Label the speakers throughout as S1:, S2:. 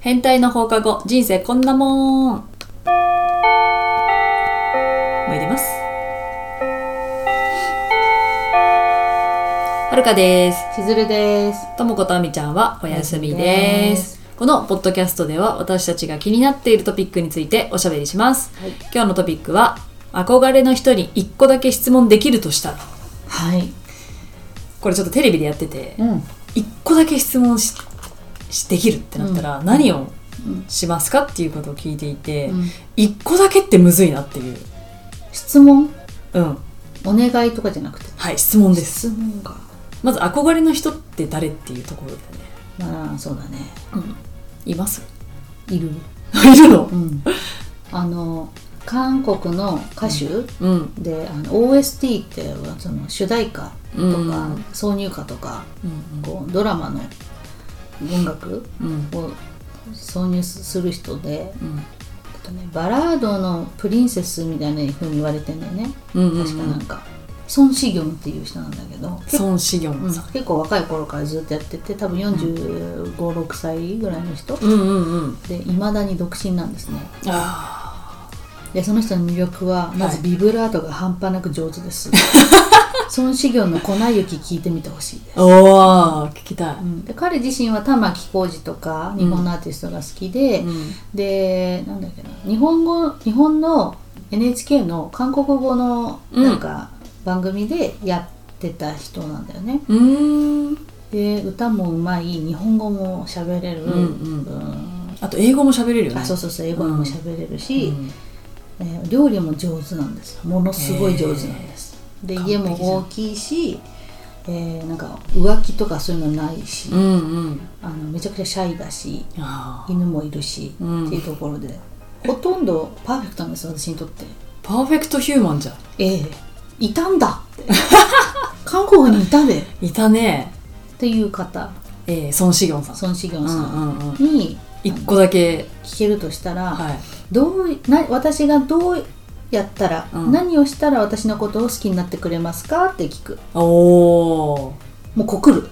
S1: 変態の放課後、人生こんなもん。参ります。はるかです。
S2: しずるです。
S1: ともことあみちゃんはお休みです。このポッドキャストでは私たちが気になっているトピックについておしゃべりします。
S2: はい
S1: 今日のトピックは、憧れの人に一個だけ質問できるとしたら。
S2: はい。
S1: これちょっとテレビでやってて、
S2: うん。
S1: 一個だけ質問ししできるってなったら何をしますかっていうことを聞いていて、一個だけってむずいなっていう。
S2: 質問
S1: うん。
S2: お願いとかじゃなくて。
S1: はい、質問です。
S2: 質問が。
S1: まず憧れの人って誰っていうところだよね。
S2: まあ、そうだね。
S1: います
S2: いる。
S1: いるの
S2: うん。 あの、韓国の歌手
S1: うん。
S2: で、あの OST ってはその主題歌とか、
S1: うん
S2: 挿入歌とか、
S1: うん。
S2: こうドラマの音楽
S1: うん。
S2: を挿入する人で、
S1: うん。
S2: えっとね、バラードのプリンセスみたいな風に言われてんだよね。
S1: うんうんう
S2: 確かなん
S1: ん。
S2: か、孫子ギョンっていう人なんだけど結構,、
S1: 孫子
S2: う
S1: ン
S2: ん
S1: さん。
S2: 結構若い頃からずっとやってて多分4 5 6歳ぐらいの人
S1: うんうんうん。
S2: でいまだに独身なんですね
S1: あ
S2: でその人の魅力はま
S1: は
S2: ず
S1: い
S2: ビブラートが半端なく上手です 孫子ギョンの「粉雪」聞いてみてほしいです
S1: あ。おー、聞きたい。
S2: うんで彼自身は玉置浩二とか日本のアーティストが好きで、
S1: うん。
S2: でなんだっけな日本語日本の NHK の韓国語のなんか番組でやってた人なんだよね、
S1: うーん。
S2: で歌もうまい日本語も喋れる、
S1: うんうん
S2: うん
S1: あと英語も喋れるよね。
S2: あそうそうそう英語も喋れるし、
S1: うん
S2: えー料理も上手なんですよものすごい上手なんです、で
S1: 完璧じ
S2: 家
S1: ゃん
S2: も大きいし、えーなんか浮気とかそういうのないし、
S1: うんうん。
S2: あのめちゃくちゃシャイだし
S1: あー
S2: 犬もいるし、
S1: うん
S2: っていうところでほとんどパーフェクトなんです私にとって
S1: パーフェクトヒューマンじゃん。
S2: ええいたんだ って韓国にいたでっ
S1: いたね。
S2: ていう方
S1: えー、孫子ンさん。
S2: 孫子ギョン
S1: う
S2: さ
S1: ん
S2: ん
S1: うんうん。
S2: に
S1: 一個だけ。
S2: 聞けるとしたら、
S1: はい。
S2: どういな私がどうやったら、
S1: うん
S2: 何をしたら私のことを好きになってくれますかって聞く
S1: おお。
S2: もう告る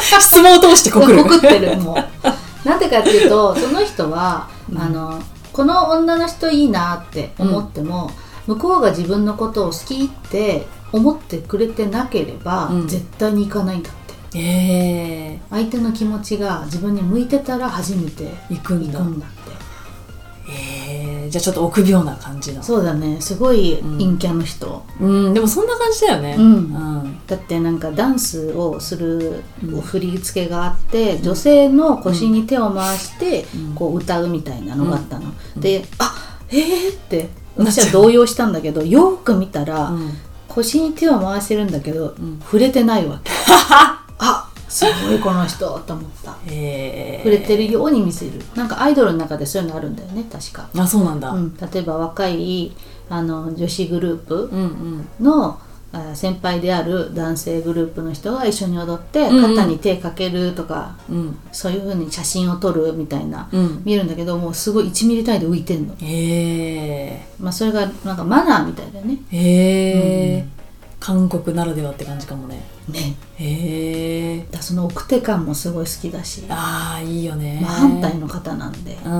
S1: 質問を通して告る。
S2: 告ってるも うなんでかっていうとその人は、
S1: うん
S2: あのこの女の人いいなって思っても、向こうが自分のことを好きって思ってくれてなければ、
S1: うん
S2: 絶対に行かないんだって
S1: ええ
S2: 相手の気持ちが自分に向いてたら初めて
S1: ー、行く
S2: 行
S1: んだ。
S2: くんだって
S1: ええー、じゃあちょっと臆病な感じだ。
S2: そうだねすごい
S1: うん
S2: 陰キャの人、
S1: うん、でもそんな感じだよね。
S2: うん
S1: うん。
S2: だってなんかダンスをする
S1: うん
S2: 振り付けがあって、女性の腰に手を回して
S1: うん
S2: こう歌うみたいなのがあったの、
S1: うん
S2: で「あえー!」って
S1: なっ
S2: 私
S1: ちゃう
S2: は動揺したんだけどよーく見たら、
S1: うん
S2: 腰に手を回してるんだけど、
S1: うん
S2: 触れてないわ けあすごいこの人と思った
S1: ええー。
S2: 触れてるように見せるなんかアイドルの中でそういうのあるんだよね確か、
S1: あ、そうなんだ。
S2: う
S1: うん
S2: ん、例えば若いあの女子グループ
S1: うん。
S2: のあ先輩である男性グループの人が一緒に踊って
S1: うんうん
S2: 肩に手かけるとか、
S1: うん。
S2: そういう風に写真を撮るみたいな、
S1: うん。
S2: 見えるんだけどもうすごい1ミリ単位で浮いてんの、
S1: ええ
S2: まあ、それがなんかマナーみたいだよね
S1: ー。ええー
S2: うん
S1: 韓国ならではって感じかもね。
S2: ね
S1: ええー。
S2: だからその奥手感もすごい好きだし、
S1: ああ、いいよね。
S2: まあ、反対の方なんで、
S1: うんう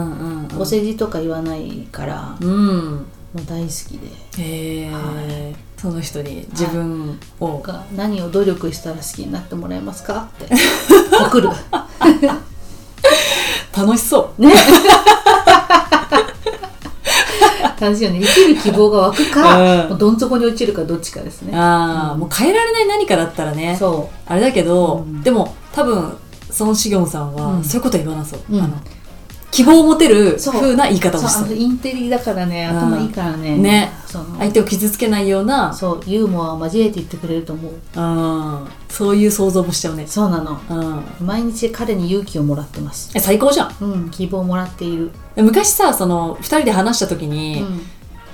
S1: ん、うん。
S2: お世辞とか言わないから、
S1: うん。
S2: もう大好きで
S1: ええー
S2: は
S1: その人に自分を
S2: 僕。が何を努力したら好きになってもらえますか って送る
S1: 楽しそう。
S2: ね楽しいよね生きる希望が湧くか、
S1: うん
S2: もうどん底に落ちるかどっちかですね
S1: ああ、
S2: うん
S1: もう変えられない何かだったらね
S2: そ
S1: あれだけど、
S2: うん
S1: でも多分孫子ンさんは、
S2: うん
S1: そういうことは言わなそう、
S2: うん
S1: あの希望を持てる
S2: そう
S1: 風な言い方
S2: う
S1: を
S2: そう
S1: し
S2: あ
S1: そ
S2: の
S1: う
S2: インテリだからね頭いいからね
S1: ね
S2: その
S1: 相手を傷つけないような
S2: そうユーモアを交えて言ってくれると思う
S1: うんそういう想像もしちゃうね、
S2: そうなの
S1: うん、
S2: 毎日彼に勇気をもらってます
S1: え最高じゃん
S2: うん希望をもらっている、
S1: 昔さその2人で話した時
S2: う
S1: に、
S2: ん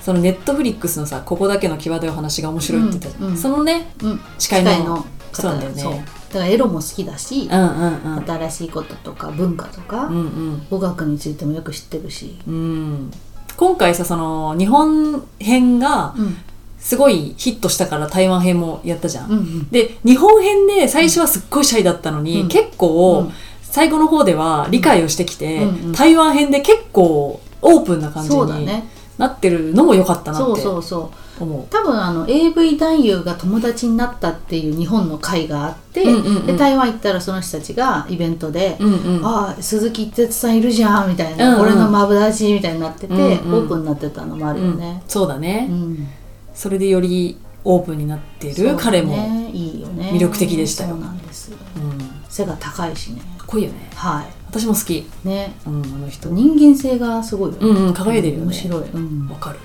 S1: そのネットフリックスのさ「ここだけの際どいお話が面白い」って言ったじゃん、
S2: うんうん
S1: そのね
S2: うん、
S1: 司い
S2: 機械
S1: の
S2: の方
S1: そうなんだよね
S2: そうだからエロも好きだし、
S1: うんうんうん
S2: 新しいこととか文化とか、
S1: うんうん
S2: 語学についてもよく知ってるし、
S1: うん今回さその日本編が
S2: うん、
S1: すごいヒットしたから台湾編もやったじゃん、
S2: うんうん
S1: で日本編で最初はすっごいシャイだったのに、
S2: うん
S1: 結構、
S2: うん
S1: 最後の方では理解をしてきて、
S2: うんうん
S1: 台湾編で結構オープンな感じ
S2: そうだ
S1: に
S2: ね
S1: なってるのも良かったなって
S2: そ
S1: 思う
S2: うそうそう多分あの AV 男優が友達になったっていう日本の会があって、
S1: うんうんうん
S2: で台湾行ったらその人たちがイベントで「
S1: うんうん
S2: ああ鈴木哲さんいるじゃん」みたいな、
S1: うんうん
S2: 俺のマブダチ」みたいになってて、
S1: うんうん
S2: オープンになってたのもあるよね。
S1: うんそうだね、
S2: うん
S1: それでよりオープンになって
S2: そう
S1: る、
S2: ね
S1: 彼も、
S2: いいよね
S1: 魅力的でしたよ
S2: そうなんですよ
S1: うん、か
S2: 背が高いしね
S1: っこいいよね
S2: は
S1: 私も好き、
S2: いね
S1: うん、あの人
S2: 人間性がすごいよね、
S1: うんうん輝いてるよね
S2: 面白い、うん、
S1: わかる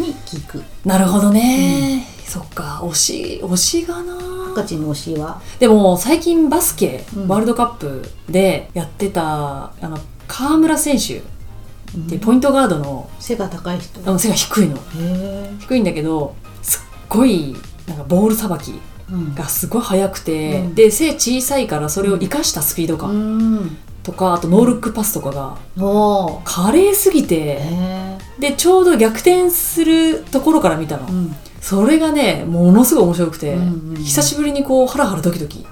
S2: に聞く
S1: なるほどね、そっか推し推しがな
S2: 赤ちの推しは
S1: でも最近バスケ、
S2: うん
S1: ワールドカップでやってたあの河村選手っていう
S2: うん
S1: ポイントガードの
S2: 背が高い人
S1: あの背が低いの
S2: へえ、
S1: 低いんだけどすっごいなんかボールさばき
S2: うん
S1: がすごい速くて、
S2: うん
S1: で背小さいからそれを生かしたスピード感
S2: うん
S1: とか、あとノールックパスとかが
S2: おー
S1: 華麗すぎて、
S2: へ
S1: でちょうど逆転するところから見たの、
S2: ーうん
S1: それがねものすごい面白くて、
S2: うんうん
S1: 久しぶりにこうハラハラドキドキ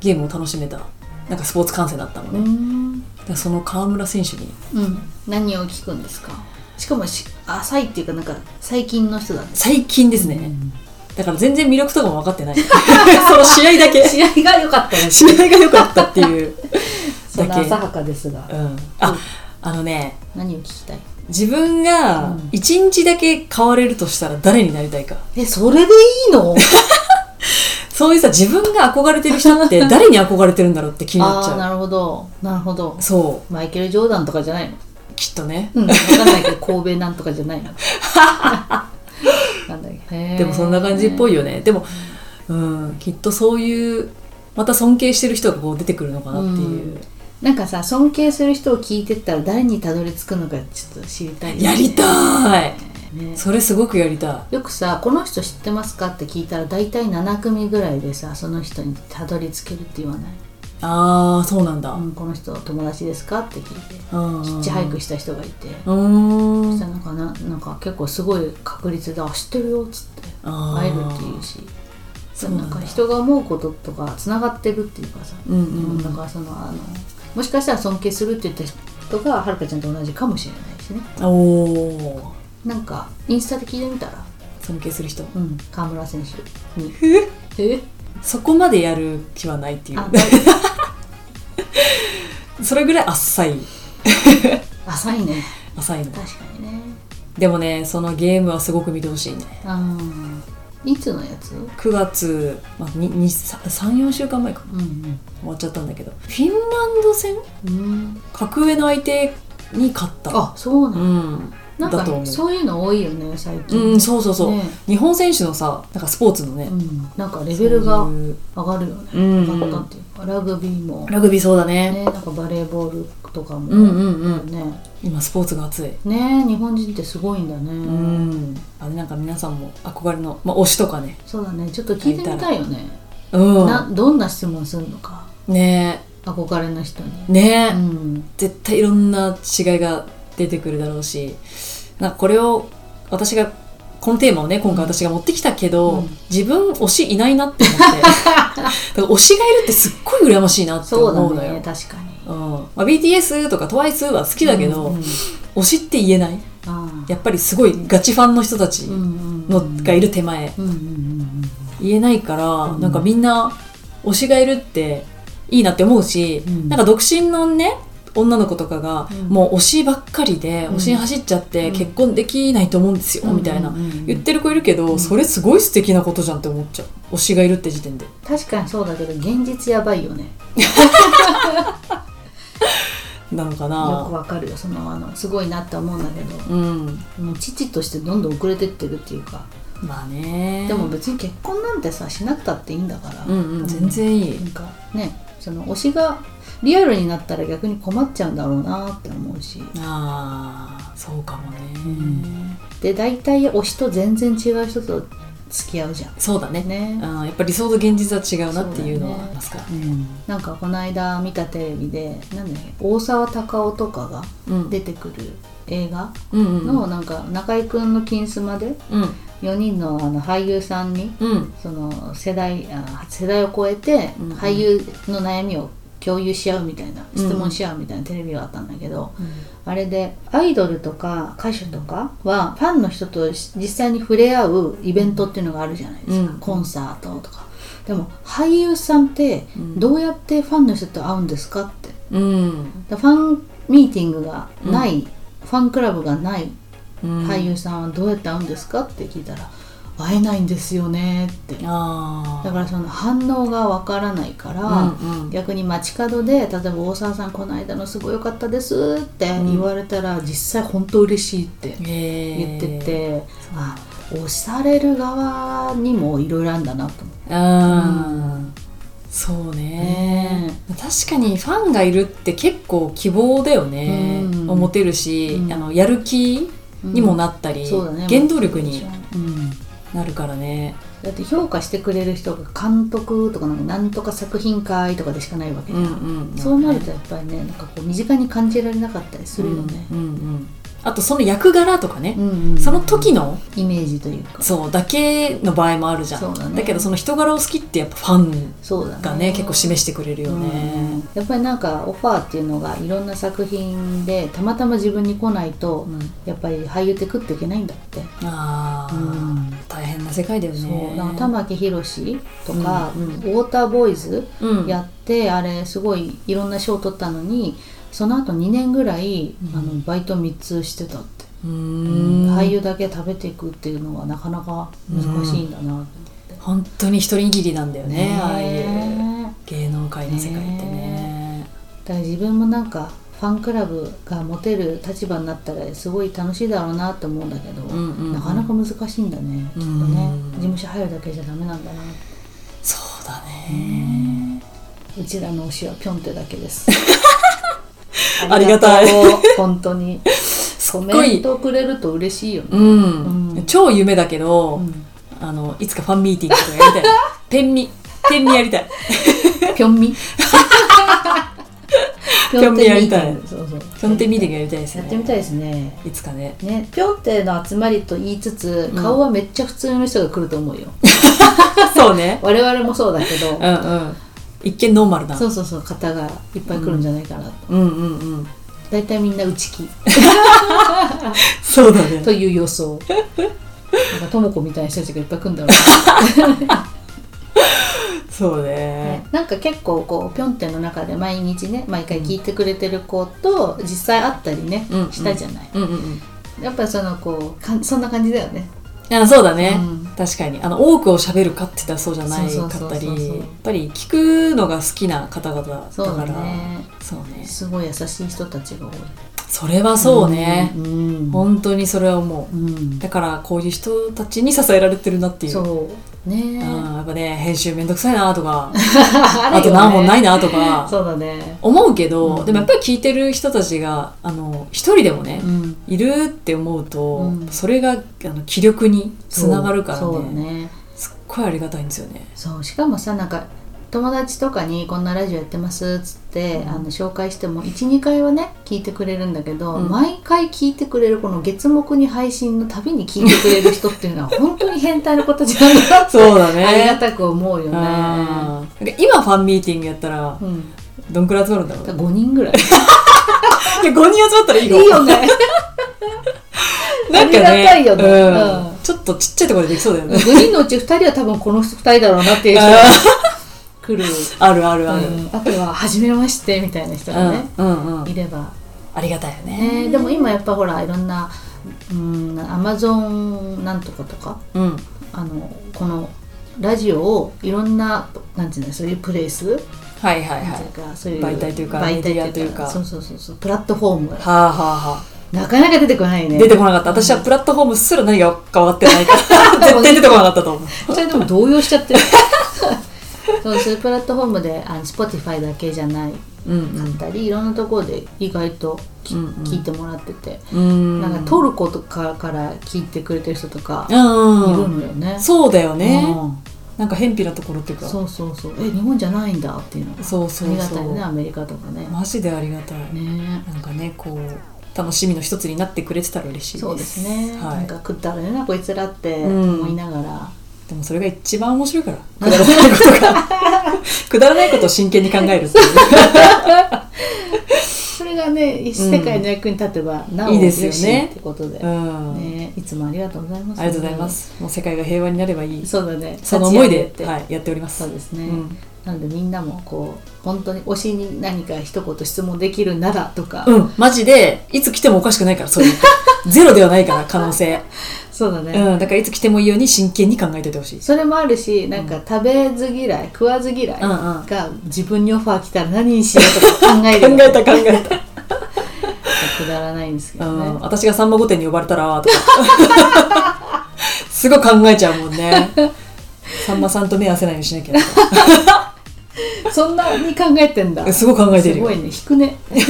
S1: ゲームを楽しめたなんかスポーツ観戦だったの
S2: う
S1: ね、
S2: ん
S1: だからその河村選手に
S2: うん何を聞くんですかしかもし浅いっていうかなんか最近の人だね
S1: 最近ですね、
S2: うん
S1: だから全然魅力とかも分かって ないその試合だけ
S2: 試合が良かったね
S1: 試合が良かったっていう、
S2: そんな浅はかですが
S1: うん、ああのね
S2: 何を聞きたい
S1: 自分
S2: う
S1: が
S2: ん
S1: 一日だけ変われるとしたら誰になりたいか
S2: えそれでいい の
S1: そういうさ自分が憧れてる人って誰に憧れてるんだろうって気になっち
S2: ああ
S1: ゃ
S2: なるほどなるほど
S1: うそ
S2: マイケル・ジョーダンとかじゃないの
S1: うきっとね
S2: うん、わかんないけど神戸なんとかじゃ ないのなんだっけへー
S1: でもそんな感じっぽいよねでも、うん、きっとそういうまた尊敬してる人がこう出てくるのかなっていう、
S2: なんかさ尊敬する人を聞いてったら誰にたどり着くのかちょっと知りたいよね、
S1: やりたい
S2: ね
S1: それすごくやりた
S2: よくさ「この人知ってますか?」って聞いたら大体7組ぐらいでさその人にたどり着けるって言わない、
S1: いああそうなんだ、
S2: うん、この人友達ですかって聞いて
S1: うん、
S2: ヒッチハイクした人がいて、
S1: うー
S2: そし
S1: ん
S2: たらなんかななんか結構すごい確率で「あ知ってるよ」っつって
S1: あー
S2: 会えるっていうし
S1: そう
S2: な
S1: なんん
S2: か
S1: だ
S2: 人が思うこととかつながってるっていうかさ、
S1: うん
S2: う
S1: うん
S2: ん、だ
S1: あ
S2: からそのあのもしかしたら尊敬するって言った人がはるかちゃんと同じかもしれないしね
S1: おお
S2: なんかインスタで聞いてみたら、
S1: 尊敬する人
S2: うん、河村選手に「え
S1: そこまでやる気はないってい
S2: あ
S1: う それぐらい浅い
S2: 浅いね
S1: 浅いの
S2: 確かにね
S1: でもねそのゲームはすごく見てほしいね
S2: うんいつのやつうん
S1: 9月、まあ、34週間前か
S2: うん
S1: 終わっちゃったんだけどフィンランド戦
S2: うん
S1: 格上の相手に勝った
S2: あそう
S1: う
S2: なん
S1: ん
S2: なん
S1: だ
S2: か
S1: と思
S2: ね
S1: う
S2: そういうの多いよね最近
S1: うんそうそうそう、
S2: ね
S1: 日本選手のさなんかスポーツのね、
S2: うんなんかレベルが
S1: そういう
S2: 上がるよね
S1: うん
S2: 上がったっていうかラグビーも
S1: ラグビーそうだね
S2: ねなんかバレーボールとかも
S1: うんうんうん
S2: ね
S1: 今スポーツが熱い
S2: ね日本人ってすごいんだね、
S1: うんあれなんか皆さんも憧れの、まあ、推しとかね
S2: そうだねちょっと聞いてみたいよね
S1: うん
S2: などんな質問するのか
S1: ね
S2: 憧れの人に、
S1: えねえ、
S2: うん、
S1: 絶対いろんな違いが出てくるだろうしなんかこれを私がこのテーマをね今回私が持ってきたけど、
S2: うん
S1: 自分推しいないなって思って だから推しがいるってすっごい羨ましいなって
S2: そう
S1: 思うの
S2: だ
S1: よ
S2: ね確かに
S1: うんまあ、BTS とか TWICE は好きだけど、
S2: うんうん
S1: 推しって言えない
S2: ああ
S1: やっぱりすごいガチファンの人たち
S2: うんうんうん
S1: のがいる手前
S2: うんうんうん
S1: 言えないから、
S2: うん
S1: なんかみんな推しがいるっていいなって思うし、
S2: うん
S1: なんか独身のね女の子とかが、
S2: うん
S1: もう推しばっかりで、
S2: うん
S1: 推しに走っちゃって
S2: うん
S1: 結婚できないと思うんですよ、
S2: うん
S1: みたいな、
S2: うんうんうん
S1: 言ってる子いるけど、
S2: ん
S1: それすごい素敵なことじゃんって思っちゃう推しがいるって時点で
S2: 確かにそうだけど現実やばいよね
S1: なのか
S2: よく
S1: な
S2: わかるよそのあのすごいなって思うんだけど
S1: うん
S2: もう父としてどんどん遅れてってるっていうか
S1: まあね
S2: でも別に結婚なんてさしなくたっていいんだから、
S1: うんうん全然いい、
S2: なんかねその推しがリアルになったら逆に困っちゃうんだろうなって思うし
S1: ああそうかもね、
S2: んで大体推しと全然違う人と付き合うじゃん
S1: そうだね
S2: ね
S1: あーやっぱ理想と現実は違うなっていうの
S2: そう
S1: は
S2: だ
S1: あ
S2: ね
S1: りますから
S2: なんかこの間見たテレビでなんだっけ大沢たかおとかが
S1: うん
S2: 出てくる映画
S1: うんうん
S2: のなんか中居君の「金スマ」で
S1: うん
S2: 4人のあの俳優さんに
S1: うん
S2: その世代あ世代を超えて
S1: うんうん
S2: 俳優の悩みを共有し合うみたいな質問し合うみたいなテレビがあったんだけど、あれでアイドルとか歌手とかはファンの人と実際に触れ合うイベントっていうのがあるじゃないですか、
S1: うん
S2: コンサートとかでも俳優さんって
S1: うん
S2: どうやってファンの人と会うんですかって
S1: うん
S2: だからファンミーティングがない、ファンクラブがない俳優さんはどうやって会うんですかって聞いたら会えないんですよねって
S1: あ
S2: だからその反応がわからないから、
S1: うんうん
S2: 逆に街角で例えば大沢さんこの間のすごい良かったですって言われたら、実際本当嬉しいって
S1: ら言
S2: 言ってて、あ押される側にもいろいろあるんだなと思って
S1: うんそうね、確かにファンがいるって結構希望だよね、
S2: うん
S1: 思てるし、
S2: うん
S1: あのやる気にもなったり、
S2: そうだね
S1: 原動力に、
S2: うん
S1: なるからね
S2: だって評価してくれる人が監督とかなんかなんとか作品会とかでしかないわけじゃん、
S1: ん
S2: そうなるとやっぱりねなんかこう身近に感じられなかったりするよね、
S1: うんうんうんあとその役柄とかね、
S2: うんうん
S1: その時の
S2: イメージというか
S1: そうだけの場合もあるじゃん
S2: そうだね
S1: けどその人柄を好きってやっぱファン
S2: そうだね
S1: がね結構示してくれるよね、
S2: うんやっぱりなんかオファーっていうのがいろんな作品でたまたま自分に来ないと、
S1: うん
S2: やっぱり俳優って食っていけないんだって、
S1: ああ、
S2: うん
S1: 大変な世界だよね
S2: そうなんか玉木宏とか、ウォーターボーイズ
S1: うん
S2: やって、あれすごいいろんな賞を取ったのにその後2年ぐらい、
S1: うん
S2: あのバイト3つしてたって、
S1: うーん
S2: 俳優だけ食べていくっていうのはなかなか難しいんだなって、
S1: 本当に一握りなんだよねああいう
S2: ねえ
S1: 芸能界の世界ってね
S2: ねだから自分もなんかファンクラブが持てる立場になったらすごい楽しいだろうなと思うんだけど、
S1: うんうんうん
S2: なかなか難しいんだね、
S1: うん
S2: きっとね事務所入るだけじゃダメなんだな
S1: そうだね
S2: うちらの推しはピョンテだけです
S1: ありがたい
S2: ありがとう本当にコ
S1: ごい
S2: メントくれると嬉しいよね、
S1: うん、
S2: うん
S1: 超夢だけど、
S2: うん
S1: あのいつかファンミーティングとかや りたいペンミペンミやりたい
S2: ピョン ミ
S1: ピョンミやりたい
S2: ピョンテミーティングそうそう
S1: ファンテミーティングやりたいですね
S2: やってみたいですね
S1: いつかね
S2: ね、ピョンテの集まりと言いつつ
S1: うん
S2: 顔はめっちゃ普通の人が来ると思うよ、
S1: そうね
S2: 我々も そうだけど、
S1: うんうん一見ノーマルな
S2: そうそうそう方がいっぱい来るんじゃないかなと、
S1: うんうんうん
S2: 大体みんな内気
S1: そうだね
S2: という 予想なんかとも子みたいな人たちがいっぱい来るんだろ
S1: そう
S2: う
S1: ね
S2: ねなんか結構こうピョンテの中で毎日ね毎回聞いてくれてる子と実際会ったりね、
S1: うん
S2: したじゃない
S1: うんうん
S2: やっぱりそのこうかんそんな感じだよね
S1: うんあそうだね、
S2: うん
S1: 確かにあの多くを喋るかって言ったらそうじゃない
S2: そう
S1: か
S2: そうそうそう
S1: ったりやっぱり聞くのが好きな方々だ
S2: そう
S1: か
S2: だ
S1: ら
S2: ね
S1: そうね
S2: すごい優しい人たちが多い
S1: それはそうね、
S2: うん、
S1: 本当にそれは思
S2: うん
S1: うだからこういう人たちに支えられてるなっていう
S2: そう
S1: う
S2: ね
S1: ん、やっぱね編集めんどくさいなとか
S2: あ
S1: あと何本ない
S2: い
S1: なとか
S2: そうだね
S1: 思うけど、
S2: うん
S1: でもやっぱり聞いてる人たちがあの一人でもね、
S2: うん
S1: いるって思うと、
S2: うん
S1: それがあの気力につながるから
S2: そう
S1: ね
S2: そうだね
S1: すっごいありがたいんですよね。
S2: そうしかもさなんか友達とかに「こんなラジオやってます」っつって、
S1: うん
S2: あの紹介しても12回はね聞いてくれるんだけど、
S1: うん
S2: 毎回聞いてくれるこの月目に配信のたびに聞いてくれる人っていう のは本当に変態の子たちなんだなって
S1: そう だね
S2: ありがたく思うよね。
S1: あーなんか今ファンミーティングやったら
S2: うん、
S1: どんくらい集まるんだろういや
S2: 5人ぐらい
S1: 5人集まったらいい
S2: いい
S1: よ
S2: よね
S1: なんかね
S2: ありがたいよね
S1: うん
S2: うん
S1: ちょっとちっちゃいところでできそうだよ
S2: 5
S1: ね
S2: 人のうち2人は多分この2人だろうなっていう人が来る、
S1: あるある
S2: う
S1: ある、
S2: ん、あとは「初めまして」みたいな人
S1: う
S2: が
S1: ん
S2: ね、
S1: うんうん
S2: いれば
S1: ありがたいよね
S2: ね、でも今やっぱほらいろんなうんアマゾンなんとかとか
S1: うん
S2: あのこのラジオをいろんななんていうのそういうプレイス、
S1: はいはい
S2: な
S1: は
S2: ん
S1: い
S2: ていうかそういう
S1: 媒体というか
S2: 媒体
S1: メディアというか
S2: そうそうそうそうプラットフォームが
S1: はあはあはあ
S2: なかなか出てこないね
S1: 出てこなかった私はプラットフォームすら何が変わってないから 絶対出てこなかったと思う
S2: それでも動揺しちゃってる そうそういうプラットフォームであの Spotify だけじゃないか
S1: うん
S2: ったり、いろんなところで意外とき、
S1: うんうん
S2: 聞いてもらってて、
S1: うんうん
S2: なんかトルコとかから聞いてくれてる人とか
S1: う
S2: い
S1: ん
S2: るのよね、
S1: そうだよね
S2: うん
S1: なんか偏僻なところっていうか
S2: そうそうそうえ日本じゃないんだっていうのが
S1: そうそうそう
S2: ありがたいねアメリカとかね
S1: マジでありがたい
S2: ね
S1: なんかねこう楽しみの一つになってくれてたら嬉しいです
S2: そうですね、
S1: は
S2: なん
S1: い
S2: か食ったらねこいつらって
S1: うん
S2: 思いながら、
S1: でもそれが一番面白いから くだらないことがくだらないことを真剣に考えるっていう
S2: それがね一世界の役に立てば、なお
S1: いいですよね
S2: 嬉しいってことで、
S1: うん
S2: ね、いつもありがとうございます
S1: ありがとうございますもう世界が平和になればいい
S2: そうだね
S1: その思い
S2: 立
S1: で
S2: ち、上げて
S1: はい、やっております
S2: そうですね、
S1: うん
S2: なのでみんなもこう本当に推しに何か一言質問できるならとか、
S1: うんマジでいつ来てもおかしくないからそう いうのゼロではないから可能性
S2: そう だね、
S1: うんだからいつ来てもいいように真剣に考えておいてほしい
S2: それもあるしなんか食べず嫌い食わず嫌い
S1: うんうん
S2: が自分にオファー来たら何にしようとか考える
S1: 考えた考えた
S2: くだらないんですけ
S1: う
S2: どね、
S1: ん、私がさんま御殿に呼ばれたらとか すごい考えちゃうもんねさんまさんと目合わせないようにしなきゃとか
S2: そんなに考えてんだ
S1: すごい考えてる
S2: す
S1: よ
S2: ごいね引 くねね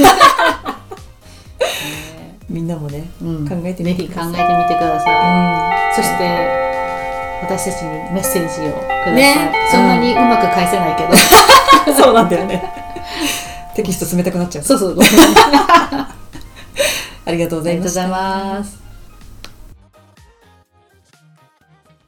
S1: みんなもね、
S2: うん
S1: 考えて
S2: ぜ
S1: みて
S2: ひ
S1: く
S2: 考
S1: ださ
S2: え
S1: い
S2: てみてください、
S1: う
S2: そして私たちにメッセージをください、
S1: ね
S2: そんなにうまく返せないけ ど
S1: んそうなんだよねテキスト冷たくなっちゃう
S2: そうそうごめんなさい
S1: ありがとうご
S2: あ
S1: ざ
S2: り
S1: い
S2: が
S1: ま
S2: とう
S1: し
S2: ご
S1: た
S2: ざいます